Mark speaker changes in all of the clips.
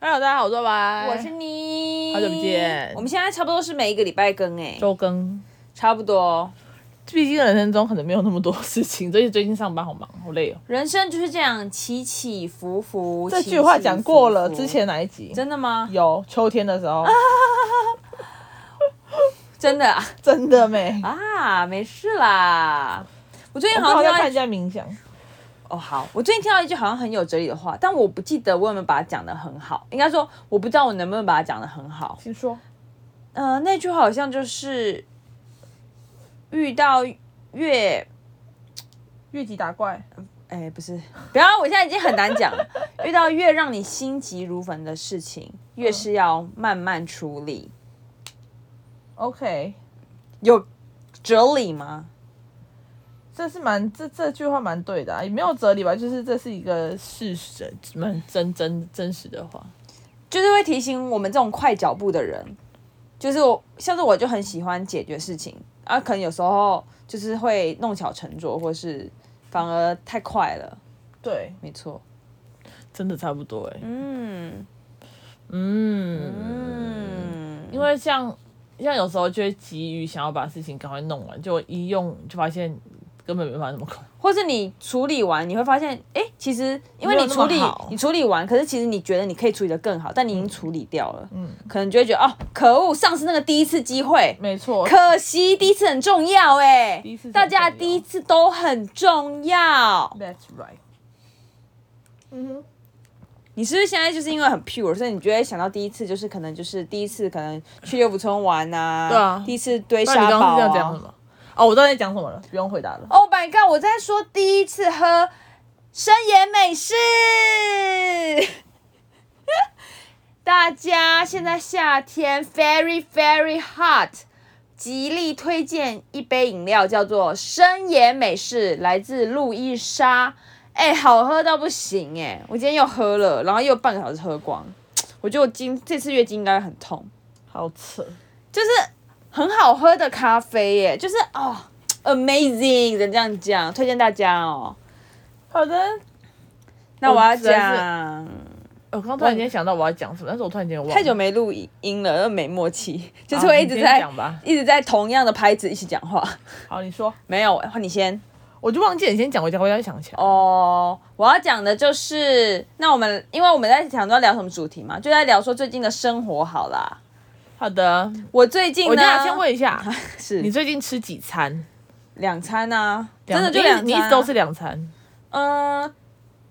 Speaker 1: Hello，大家好，我是歪歪，
Speaker 2: 我是你，
Speaker 1: 好久不见
Speaker 2: 我们现在差不多是每一个礼拜更哎、
Speaker 1: 周更。
Speaker 2: 差不多。
Speaker 1: 毕竟人生中可能没有那么多事情，最近最近上班好忙，好累哦。
Speaker 2: 人生就是这样起起伏伏。
Speaker 1: 这
Speaker 2: 起
Speaker 1: 句话
Speaker 2: 起
Speaker 1: 讲
Speaker 2: 伏
Speaker 1: 过了，
Speaker 2: 伏
Speaker 1: 之前哪一集？
Speaker 2: 真的吗？
Speaker 1: 有秋天的时啊候，
Speaker 2: 真的啊
Speaker 1: 真的没。
Speaker 2: 啊，没事啦。我最近
Speaker 1: 我
Speaker 2: 好
Speaker 1: 哎好像
Speaker 2: 像听到
Speaker 1: 看
Speaker 2: 一
Speaker 1: 一下冥想，
Speaker 2: 哦，好，我最近听到一句好像很有哲理的话，但我不记得我有没有把它讲得很好。应该说，我不知道我能不能把它讲得很好。
Speaker 1: 请说。
Speaker 2: 呃，那句话好像就是遇到越
Speaker 1: 越级打怪，
Speaker 2: 哎，不是，不要，我现在已经很难讲了。遇到越让你心急如焚的事情，越是要慢慢处理。
Speaker 1: OK，
Speaker 2: 有哲理吗？
Speaker 1: 这是蛮这这句话蛮对的、啊，也没有哲理吧？就是这是一个事实，蛮真真真实的话。
Speaker 2: 就是会提醒我们这种快脚步的人，就是我，像是我就很喜欢解决事情，啊，可能有时候就是会弄巧成拙，或是反而太快了。
Speaker 1: 对，
Speaker 2: 没错，
Speaker 1: 真的差不多哎、
Speaker 2: 嗯
Speaker 1: 嗯，
Speaker 2: 嗯，
Speaker 1: 因为像像有时候就会急于想要把事情赶快弄完，就一用就发现根本没办法那么快。
Speaker 2: 或是你处理完，你会发现，哎、其实因
Speaker 1: 没
Speaker 2: 为你
Speaker 1: 有那
Speaker 2: 处
Speaker 1: 么
Speaker 2: 理
Speaker 1: 好
Speaker 2: 你处理完，可是其实你觉得你可以处理的更好，但你已经处理掉了，
Speaker 1: 嗯
Speaker 2: 可能就会觉得哦，可恶，上次那个第一次机会，
Speaker 1: 没错，
Speaker 2: 可惜第一次很重要哎
Speaker 1: 第一次，真的
Speaker 2: 大
Speaker 1: 很重要
Speaker 2: 家的第一次都很重要。
Speaker 1: That's right。嗯哼，
Speaker 2: 你是不是现在就是因为很 pure，所以你就会想到第一次就是可能就是第一次可能去六福村玩呐、
Speaker 1: 对啊
Speaker 2: 第一次堆
Speaker 1: 那你
Speaker 2: 沙
Speaker 1: 刚
Speaker 2: 堡、
Speaker 1: 刚
Speaker 2: 啊
Speaker 1: 是要讲什么？哦，我知道你在讲什么了，不用回答了。
Speaker 2: Oh my god！我在说第一次喝生野美式。 大家现在夏天 very very hot，极力推荐一杯饮料叫做生野美式，来自路易莎。哎、好喝到不行哎、我今天又喝了，然后又半个小时喝光。我觉得我今这次月经应该很痛。
Speaker 1: 好扯，
Speaker 2: 就是很好喝的咖啡耶，就是哦，amazing，只能这样讲，推荐大家哦。
Speaker 1: 好的。
Speaker 2: 那我
Speaker 1: 我
Speaker 2: 要
Speaker 1: 实在是
Speaker 2: 讲，
Speaker 1: 我刚刚突然间想到我要讲什么，但是我突然间忘了。
Speaker 2: 太久没录音了，又没默契，就是
Speaker 1: 好
Speaker 2: 会一
Speaker 1: 啊你
Speaker 2: 直
Speaker 1: 先
Speaker 2: 在
Speaker 1: 讲吧。
Speaker 2: 一直在同样的拍子一起讲话。
Speaker 1: 好，你说，
Speaker 2: 没有，换你先
Speaker 1: 我就忘记了你先讲，我讲，我要想起来。
Speaker 2: 哦。我要讲的就是，那我们因为我们在想说要聊什么主题嘛，就在聊说最近的生活好啦。
Speaker 1: 好的，
Speaker 2: 我最近
Speaker 1: 我
Speaker 2: 呢，
Speaker 1: 等下先问一 下，你
Speaker 2: 是
Speaker 1: 最近吃几餐？
Speaker 2: 两餐啊，真
Speaker 1: 两
Speaker 2: 的就
Speaker 1: 你
Speaker 2: 两餐啊、
Speaker 1: 你一直都是两餐。
Speaker 2: 嗯，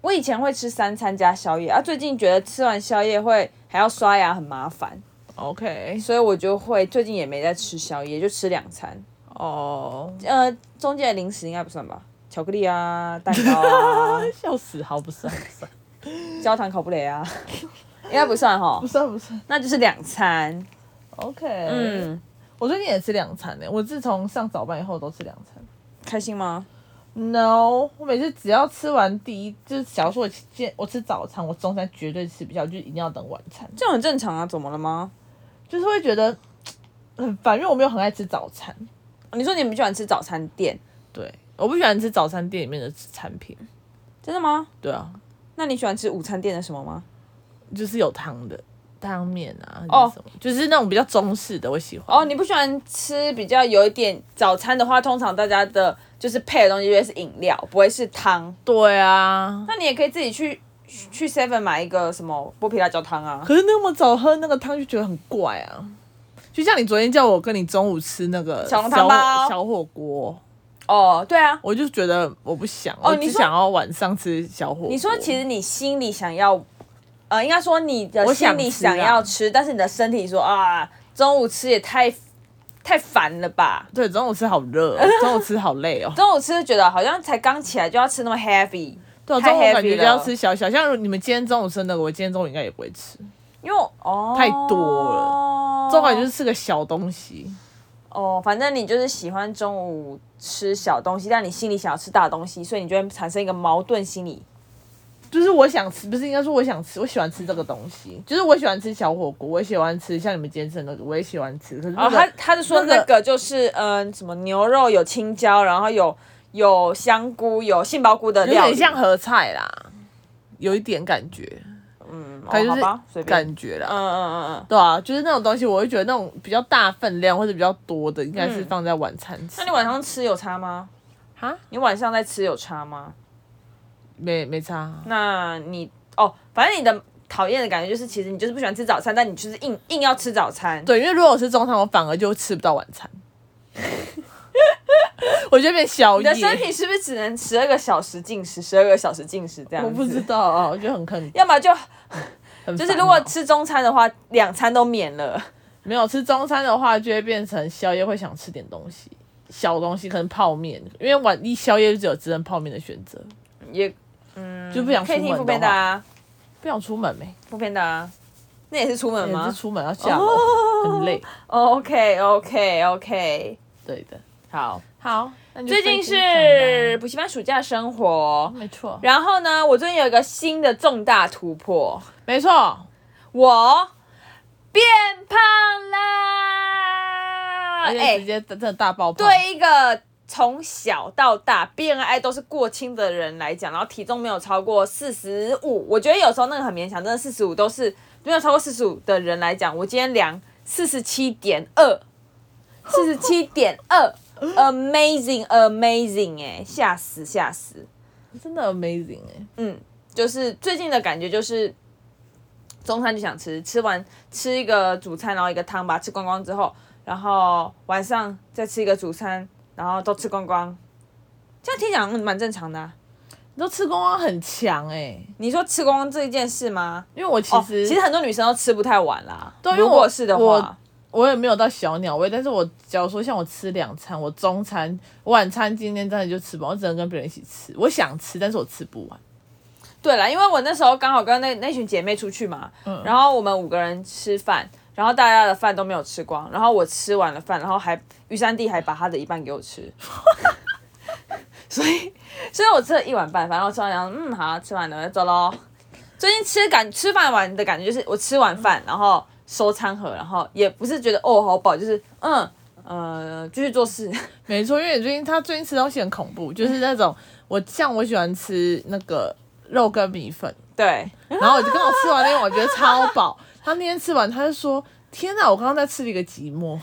Speaker 2: 我以前会吃三餐加宵夜啊，最近觉得吃完宵夜会还要刷牙很麻烦，
Speaker 1: OK，
Speaker 2: 所以我就会最近也没在吃宵夜，就吃两餐。
Speaker 1: 哦，
Speaker 2: 呃，中间的零食应该不算吧，巧克力啊、蛋糕啊、
Speaker 1: 笑死，好不算，不算，
Speaker 2: 焦糖烤布雷啊，应该不算哈
Speaker 1: 不，算，不算。
Speaker 2: 那就是两餐。
Speaker 1: OK，嗯，
Speaker 2: 嗯，
Speaker 1: 我最近也吃两餐欸呢。我自从上早班以后都吃两餐。
Speaker 2: 开心吗？
Speaker 1: No，我每次只要吃完第一，就是假如说我今我吃早餐，我中餐绝对吃不下，我就一定要等晚餐，
Speaker 2: 这样很正常啊，怎么了吗？
Speaker 1: 就是会觉得很烦，因为我没有很爱吃早餐。
Speaker 2: 你说你们不喜欢吃早餐店，
Speaker 1: 对，我不喜欢吃早餐店里面的产品。
Speaker 2: 真的吗？
Speaker 1: 对啊，
Speaker 2: 那你喜欢吃午餐店的什么吗？
Speaker 1: 就是有汤的汤面啊，
Speaker 2: 哦
Speaker 1: 哦，就是那种比较中式的，我喜欢。
Speaker 2: 哦，你不喜欢吃比较有一点早餐的话，通常大家的就是配的东西就会是饮料，不会是汤。
Speaker 1: 对啊，
Speaker 2: 那你也可以自己去去 Seven 买一个什么剥皮辣椒汤啊。
Speaker 1: 可是那么早喝那个汤就觉得很怪啊。就像你昨天叫我跟你中午吃那个
Speaker 2: 小笼
Speaker 1: 小
Speaker 2: 汤
Speaker 1: 火
Speaker 2: 包
Speaker 1: 小火锅，
Speaker 2: 哦，对啊，
Speaker 1: 我就觉得我不想，
Speaker 2: 哦
Speaker 1: 我
Speaker 2: 你
Speaker 1: 只
Speaker 2: 说
Speaker 1: 想要晚上吃小火锅。
Speaker 2: 你说其实你心里想要，呃，应该说你的
Speaker 1: 我
Speaker 2: 心
Speaker 1: 想
Speaker 2: 里
Speaker 1: 吃啊
Speaker 2: 想要吃，但是你的身体说啊，中午吃也太太烦了吧。
Speaker 1: 对，中午吃好 热哦、中午吃好累哦。
Speaker 2: 中午吃就觉得好像才刚起来就要吃那么 heavy，
Speaker 1: 对，
Speaker 2: 太
Speaker 1: 中午感
Speaker 2: heavy
Speaker 1: 觉就要
Speaker 2: 了
Speaker 1: 吃小小，像如果你们今天中午吃那个，我今天中午应该也不会吃。
Speaker 2: 因为我哦
Speaker 1: 太多
Speaker 2: 了
Speaker 1: 中午感觉就是吃个小东西，
Speaker 2: 哦，反正你就是喜欢中午吃小东西，但你心里想要吃大东西，所以你就会产生一个矛盾心理。
Speaker 1: 就是我想吃，不是应该说我想吃，我喜欢吃这个东西，就是我喜欢吃小火锅，我也喜欢吃像你们今天吃的那个，我也喜欢吃。可是、那
Speaker 2: 哦，
Speaker 1: 个
Speaker 2: 他他是说
Speaker 1: 那个
Speaker 2: 那个就是嗯、呃什么牛肉有青椒，然后有有香菇，有杏鲍菇的
Speaker 1: 有
Speaker 2: 料理
Speaker 1: 点像合菜啦，有一点感觉。嗯，
Speaker 2: 哦
Speaker 1: 感觉
Speaker 2: 好
Speaker 1: 是
Speaker 2: 吧，随便。
Speaker 1: 感觉啦。
Speaker 2: 嗯嗯嗯嗯。
Speaker 1: 对啊，就是那种东西，我会觉得那种比较大分量或者比较多的，应该是
Speaker 2: 嗯
Speaker 1: 放在晚餐吃
Speaker 2: 那。你晚上吃有差吗？
Speaker 1: 哈，
Speaker 2: 你晚上再吃有差吗？
Speaker 1: 没没差啊，
Speaker 2: 那你哦，反正你的讨厌的感觉就是，其实你就是不喜欢吃早餐，但你就是硬硬要吃早餐。
Speaker 1: 对，因为如果我吃中餐，我反而就吃不到晚餐， 我就变宵
Speaker 2: 你
Speaker 1: 夜
Speaker 2: 的。身体是不是只能十二个小时进食，十二个小时进食这样
Speaker 1: 我
Speaker 2: 子？
Speaker 1: 不知道啊，我就很很
Speaker 2: 要么就
Speaker 1: 很
Speaker 2: 就是
Speaker 1: 烦
Speaker 2: 如果
Speaker 1: 恼
Speaker 2: 吃中餐的话，两餐都免了。
Speaker 1: 没有吃中餐的话，就会变成宵夜会想吃点东西，小东西可能泡面，因为晚一宵夜就只有只能泡面的选择，
Speaker 2: 也嗯
Speaker 1: 就不想出
Speaker 2: 可以听副
Speaker 1: 门的
Speaker 2: 片的
Speaker 1: 话，
Speaker 2: 啊，
Speaker 1: 不想出门没、
Speaker 2: 副片的啊，那也是出门啊
Speaker 1: 也
Speaker 2: 吗
Speaker 1: 是出门要下楼，
Speaker 2: 哦
Speaker 1: 很累，
Speaker 2: ？OK OK OK，
Speaker 1: 对的。
Speaker 2: 好，
Speaker 1: 好，那你就
Speaker 2: 最近
Speaker 1: 分享
Speaker 2: 是
Speaker 1: 吧
Speaker 2: 补习班暑假生活，
Speaker 1: 没错，
Speaker 2: 然后呢，我最近有一个新的重大突破，
Speaker 1: 没错，
Speaker 2: 我变胖啦！
Speaker 1: 而且直接真的大爆胖，
Speaker 2: 哎对一个从小到大 BMI 都是过轻的人来讲，然后体重没有超过四十五，我觉得有时候那个很勉强，真的四十五都是没有超过四十五的人来讲，我今天量四十七点二，四十七点二，amazing amazing，哎、吓死吓死！
Speaker 1: 真的 amazing 哎、
Speaker 2: 嗯，就是最近的感觉就是，中餐就想吃，吃完吃一个主餐，然后一个汤把它吃光光之后，然后晚上再吃一个主餐，然后都吃光光，这样听起来好像蛮正常的啊、
Speaker 1: 你都吃光光很强哎、
Speaker 2: 你说吃光光这一件事吗？
Speaker 1: 因为我其
Speaker 2: 哦，
Speaker 1: 实、
Speaker 2: 其实很多女生都吃不太完啦。
Speaker 1: 对因为
Speaker 2: 如
Speaker 1: 我
Speaker 2: 果是的话
Speaker 1: 我，我也没有到小鸟胃，但是我假如说像我吃两餐，我中餐、我晚餐今天真的就吃不完，我只能跟别人一起吃。我想吃，但是我吃不完。
Speaker 2: 对啦，因为我那时候刚好跟那那群姐妹出去嘛，然后我们五个人吃饭，然后大家的饭都没有吃光，然后我吃完了饭，然后还于山弟还把他的一半给我吃，所以所以我吃了一碗半，反正我吃完然后嗯好吃完了就走喽。最近吃感吃饭完的感觉就是我吃完饭然后收餐盒，然后也不是觉得哦好饱，就是嗯呃继续做事，
Speaker 1: 没错，因为你最近他最近吃东西很恐怖，就是那 种我像我喜欢吃那个肉跟米 粉，
Speaker 2: 对，
Speaker 1: 然后我就跟我吃完那天我觉得超饱，他那天吃完他就说：“天哪，我刚刚在吃了一个寂寞。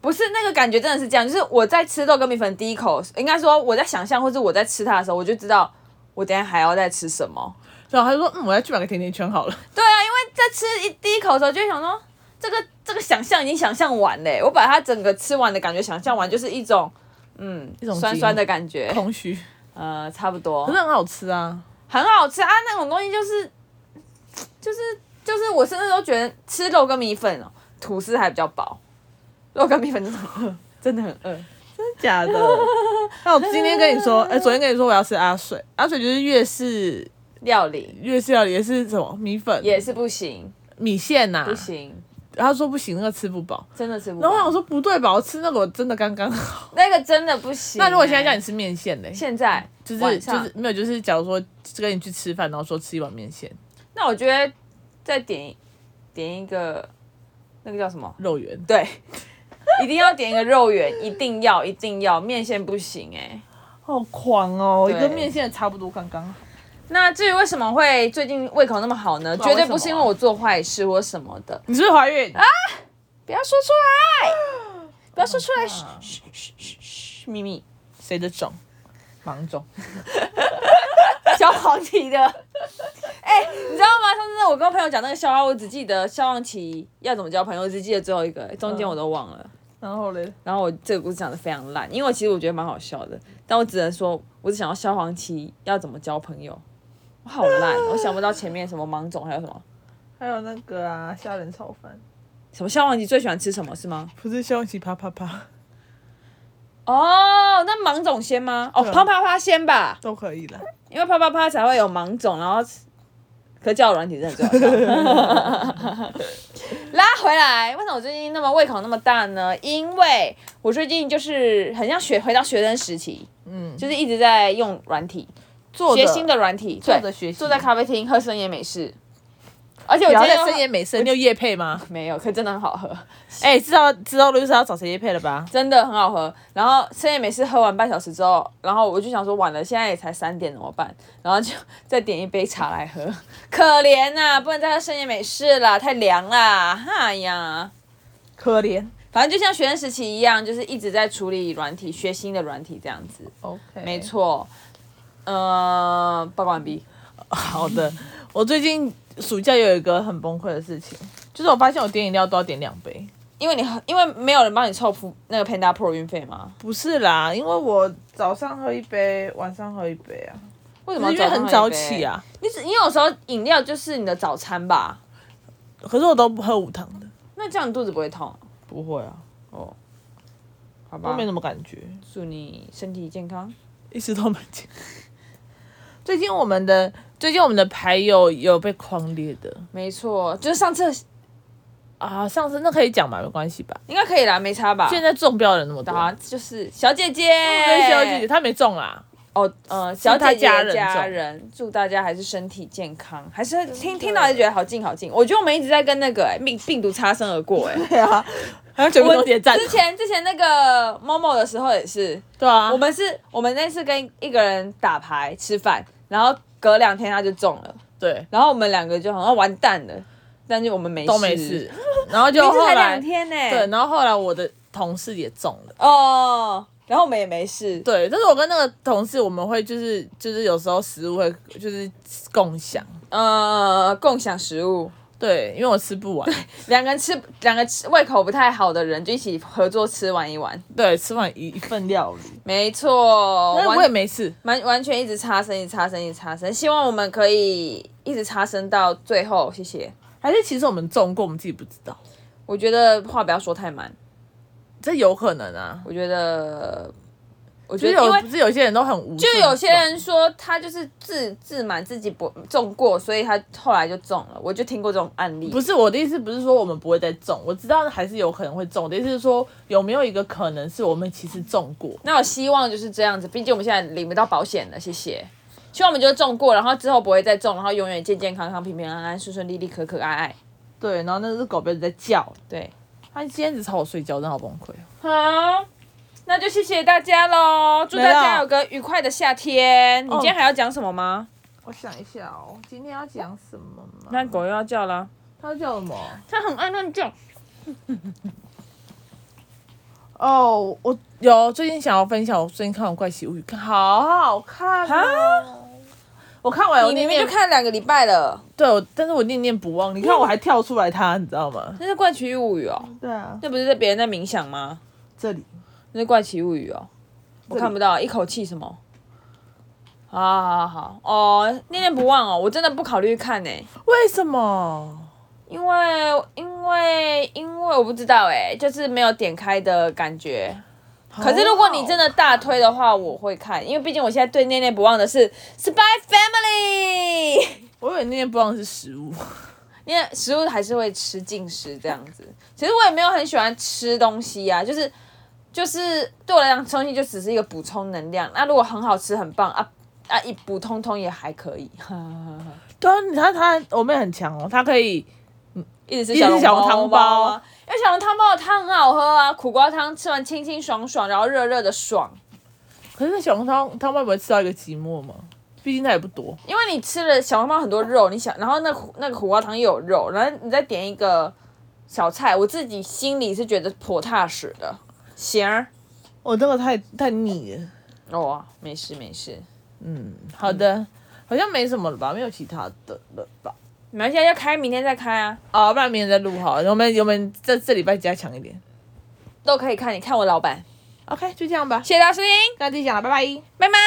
Speaker 2: 不是那个感觉真的是这样，就是我在吃肉跟米粉第一口，应该说我在想象或是我在吃它的时候，我就知道我等一下还要再吃什么。”
Speaker 1: 然后他就说：“嗯，我要去买个甜甜圈好了。
Speaker 2: 对啊，因为在吃一第一口的时候就会想说，这个这个想象已经想象完嘞，我把它整个吃完的感觉想象完，就是一种嗯
Speaker 1: 一种
Speaker 2: 酸酸的感”觉，
Speaker 1: 空虚，
Speaker 2: 呃，差不多
Speaker 1: 可是，很好吃啊。
Speaker 2: 很好吃啊，那种东西就是就是就是我甚至都觉得吃肉跟米粉哦，吐司还比较饱，肉跟米粉真的很饿，真的很饿。
Speaker 1: 假 的？那我今天跟你说，哎、昨天跟你说我要吃阿水，阿水就是粤式
Speaker 2: 料理
Speaker 1: 粤式料理，也是什么米粉、
Speaker 2: 也是不行，
Speaker 1: 米线呐、
Speaker 2: 不行，
Speaker 1: 他说不行，那个吃不饱。
Speaker 2: 真的吃不
Speaker 1: 然后我
Speaker 2: 饱
Speaker 1: 想。说不对吧，我吃那个我真的刚刚好。
Speaker 2: 那个真的不行欸、
Speaker 1: 那如果现在叫你吃面线嘞？
Speaker 2: 现在
Speaker 1: 就是
Speaker 2: 晚
Speaker 1: 就
Speaker 2: 上
Speaker 1: 是没有，就是假如说跟你去吃饭，然后说吃一碗面线
Speaker 2: 那我觉得再点点一个那个叫什么？
Speaker 1: 肉圆，
Speaker 2: 对，一定要点一个肉圆，一定要一定要面线不行哎、
Speaker 1: 好狂哦，一
Speaker 2: 对
Speaker 1: 个面线差不多刚刚好。
Speaker 2: 那至于为什么会最近胃口那么好呢？
Speaker 1: 对啊
Speaker 2: 绝对
Speaker 1: 为什么
Speaker 2: 不是因为我做坏事或什么的，
Speaker 1: 你是不是怀孕啊？
Speaker 2: 不要说出来，不要说出来，嘘嘘嘘嘘嘘，秘密，
Speaker 1: 谁的种？芒种。
Speaker 2: 小黄旗的。哎、你知道吗？上次我跟朋友讲那个笑话，我只记得消防旗要怎么交朋友，我只记得最后一个，中间我都忘了。
Speaker 1: 然后嘞，
Speaker 2: 然后我这个故事讲的非常烂，因为我其实我觉得蛮好笑的，但我只能说，我只想要消黄旗要怎么交朋友，我好 烂，我想不到前面什么芒种还有什么
Speaker 1: 还有那个啊，虾仁炒饭，
Speaker 2: 什么消黄旗最喜欢吃什么是吗？
Speaker 1: 不是消息啪啪啪
Speaker 2: 哦，那芒种先吗？哦，
Speaker 1: 对啊
Speaker 2: 啪啪啪先吧，
Speaker 1: 都可以啦。
Speaker 2: 因为啪啪啪才会有芒种，然后可叫软体真的最好笑。拉回来，为什么我最近那么胃口那么大呢？因为我最近就是很像学回到学生时期，
Speaker 1: 嗯，
Speaker 2: 就是一直在用软体。
Speaker 1: 做
Speaker 2: 学新的软体，
Speaker 1: 坐
Speaker 2: 对，
Speaker 1: 着学习哎
Speaker 2: 坐在咖啡厅喝深夜美式，而且我
Speaker 1: 不
Speaker 2: 今
Speaker 1: 要
Speaker 2: 天
Speaker 1: 在
Speaker 2: 又
Speaker 1: 深夜美声又夜配吗？
Speaker 2: 没有，可真的很好喝，
Speaker 1: 哎、知道知道路易斯要找谁夜配了吧？
Speaker 2: 真的很好喝。然后深夜美式喝完半小时之后，然后我就想说晚了，现在也才三点怎么办？然后就再点一杯茶来喝，可怜呐、不能再喝深夜美式啦，太凉啦，哈呀。
Speaker 1: 可怜。
Speaker 2: 反正就像学生时期一样，就是一直在处理软体，学新的软体这样子。
Speaker 1: OK，
Speaker 2: 没。错，呃，报告完毕。
Speaker 1: 好的，我最近暑假有一个很崩溃的事情，就是我发现我点饮料都要点两杯。
Speaker 2: 因为你喝因为没有人帮你凑付那个 Panda Pro 运费吗？
Speaker 1: 不是啦，因为我早上喝一杯，晚上喝一杯啊，
Speaker 2: 为什么
Speaker 1: 因为
Speaker 2: 要上
Speaker 1: 很
Speaker 2: 一
Speaker 1: 早
Speaker 2: 杯
Speaker 1: 起？啊。
Speaker 2: 你只你有时候饮料就是你的早餐吧？
Speaker 1: 可是我都不喝无糖的，
Speaker 2: 那这样你肚子不会痛？
Speaker 1: 不会啊，
Speaker 2: 好
Speaker 1: 都
Speaker 2: 吧
Speaker 1: 没，什么感觉，
Speaker 2: 祝你身体健康。
Speaker 1: 一直都没见。最近我们的最近我们的牌友有被框裂的
Speaker 2: 没错，就是上次
Speaker 1: 啊，上次那可以讲吧，没关系吧？
Speaker 2: 应该可以啦，没差吧？
Speaker 1: 现在中标的人那么多，
Speaker 2: 啊，就是小姐姐，
Speaker 1: 对，小姐姐她没中啦，
Speaker 2: 哦，呃，小姐
Speaker 1: 是
Speaker 2: 姐
Speaker 1: 她家人
Speaker 2: 家
Speaker 1: 中啊
Speaker 2: 人，祝大家还是身体健康，还是听听到还是觉得好近好近。我觉得我们一直在跟那个、欸病病毒擦身而过、欸，
Speaker 1: 对啊，还有九个
Speaker 2: 我
Speaker 1: 钟点赞，
Speaker 2: 之前之前那个 Momo 的时候也是，
Speaker 1: 对啊，
Speaker 2: 我们是我们那次跟一个人打牌吃饭，然后隔两天他就中了，
Speaker 1: 对
Speaker 2: 然后我们两个就好像完蛋了，但是我们没
Speaker 1: 都没事，然后就
Speaker 2: 明明
Speaker 1: 后
Speaker 2: 才
Speaker 1: 来
Speaker 2: 两天呢、
Speaker 1: 对，然后后来我的同事也中了。
Speaker 2: 哦，然后我们也没事，
Speaker 1: 对，但是我跟那个同事，我们会就是就是有时候食物会就是共享，
Speaker 2: 呃，共享食物，
Speaker 1: 对，因为我吃不完，
Speaker 2: 两个人吃两个吃胃口不太好的人就一起合作吃完一碗，
Speaker 1: 对，吃完一一份料理，
Speaker 2: 没错，
Speaker 1: 但是我也
Speaker 2: 完
Speaker 1: 没事，
Speaker 2: 完完全一直擦身，一直擦身，一直擦身，希望我们可以一直擦身到最后，谢谢。
Speaker 1: 还是其实我们中过，我们自己不知道，
Speaker 2: 我觉得话不要说太满，
Speaker 1: 这有可能啊，
Speaker 2: 我觉得，我
Speaker 1: 就
Speaker 2: 觉
Speaker 1: 是
Speaker 2: 得因
Speaker 1: 有
Speaker 2: 为
Speaker 1: 不。是有些人都很无，
Speaker 2: 就有些，人说他就是自自满自己不中过，所以他后来就中了。我就听过这种案例。
Speaker 1: 不是我的意思，不是说我们不会再中，我知道还是有可能会中，我的意思是说有没有一个可能是我们其实中过，
Speaker 2: 那我希望就是这样子，毕竟我们现在领不到保险了，谢谢。希望我们就是中过，然后之后不会再中，然后永远健健康康、平平安安、顺顺利利、可可爱爱。
Speaker 1: 对，然后那只狗被在叫，
Speaker 2: 对，
Speaker 1: 它今天只吵我睡觉，真的好崩溃哦。
Speaker 2: 好，那就谢谢大家喽，祝大
Speaker 1: 没
Speaker 2: 家
Speaker 1: 了
Speaker 2: 有个愉快的夏天。你今天还要讲什么吗？
Speaker 1: 我想一下哦，今天要讲什么嘛？
Speaker 2: 那狗又要叫啦，
Speaker 1: 它叫什么？
Speaker 2: 它哦很爱乱叫。
Speaker 1: 哦，我有最近想要分享，我最近看完《怪奇物语》，看好好看哦。 我看完，我
Speaker 2: 你
Speaker 1: 念
Speaker 2: 明明
Speaker 1: 念
Speaker 2: 就看两个礼拜了，
Speaker 1: 对，我但是我念念不忘。你看，我还跳出来它，你知道吗？
Speaker 2: 那是《怪奇物语》哦，
Speaker 1: 对啊，
Speaker 2: 那不是在别人在冥想吗？
Speaker 1: 这里
Speaker 2: 那是《怪奇物语》哦，我
Speaker 1: 里
Speaker 2: 看不到，一口气什么？好好好好哦，念念不忘哦，我真的不考虑看呢、
Speaker 1: 为什么？
Speaker 2: 因为因为因为我不知道哎、就是没有点开的感觉。
Speaker 1: 哦
Speaker 2: 可是如果你真的大推的话，我会看，因为毕竟我现在对念念不忘的是《Spy Family》，
Speaker 1: 我以为念念不忘是食物，
Speaker 2: 因为食物还是会吃进食这样子。其实我也没有很喜欢吃东西啊，就是就是对我来讲，东西就只是一个补充能量。那如果很好吃，很棒啊啊，一普通通也还可以，
Speaker 1: 对啊，它它我妹很强哦，它可以
Speaker 2: 一直
Speaker 1: 一
Speaker 2: 吃
Speaker 1: 直
Speaker 2: 小笼
Speaker 1: 小笼汤包
Speaker 2: 啊，因为小笼汤包的汤很好喝啊，苦瓜汤吃完清清爽爽，然后热热的爽。
Speaker 1: 可是那小红汤汤会不会吃到一个寂寞吗？毕竟它也不多。
Speaker 2: 因为你吃了小笼包很多肉，你想，然后那苦那个苦瓜汤又有肉，然后你再点一个小菜，我自己心里是觉得颇踏实的。行儿，
Speaker 1: 我哦那个太太腻了。
Speaker 2: 哦，没事没事，
Speaker 1: 嗯，好的，好像没什么了吧？没有其他的了吧？
Speaker 2: 没关系啊，要开明天再开啊，
Speaker 1: 啊，不然明天再录好了，我们我们这这礼拜加强一点。
Speaker 2: 都可以看。你看我老板，
Speaker 1: OK，就这样吧，
Speaker 2: 谢谢大家收听，
Speaker 1: 那自己讲了，拜拜。
Speaker 2: 拜拜。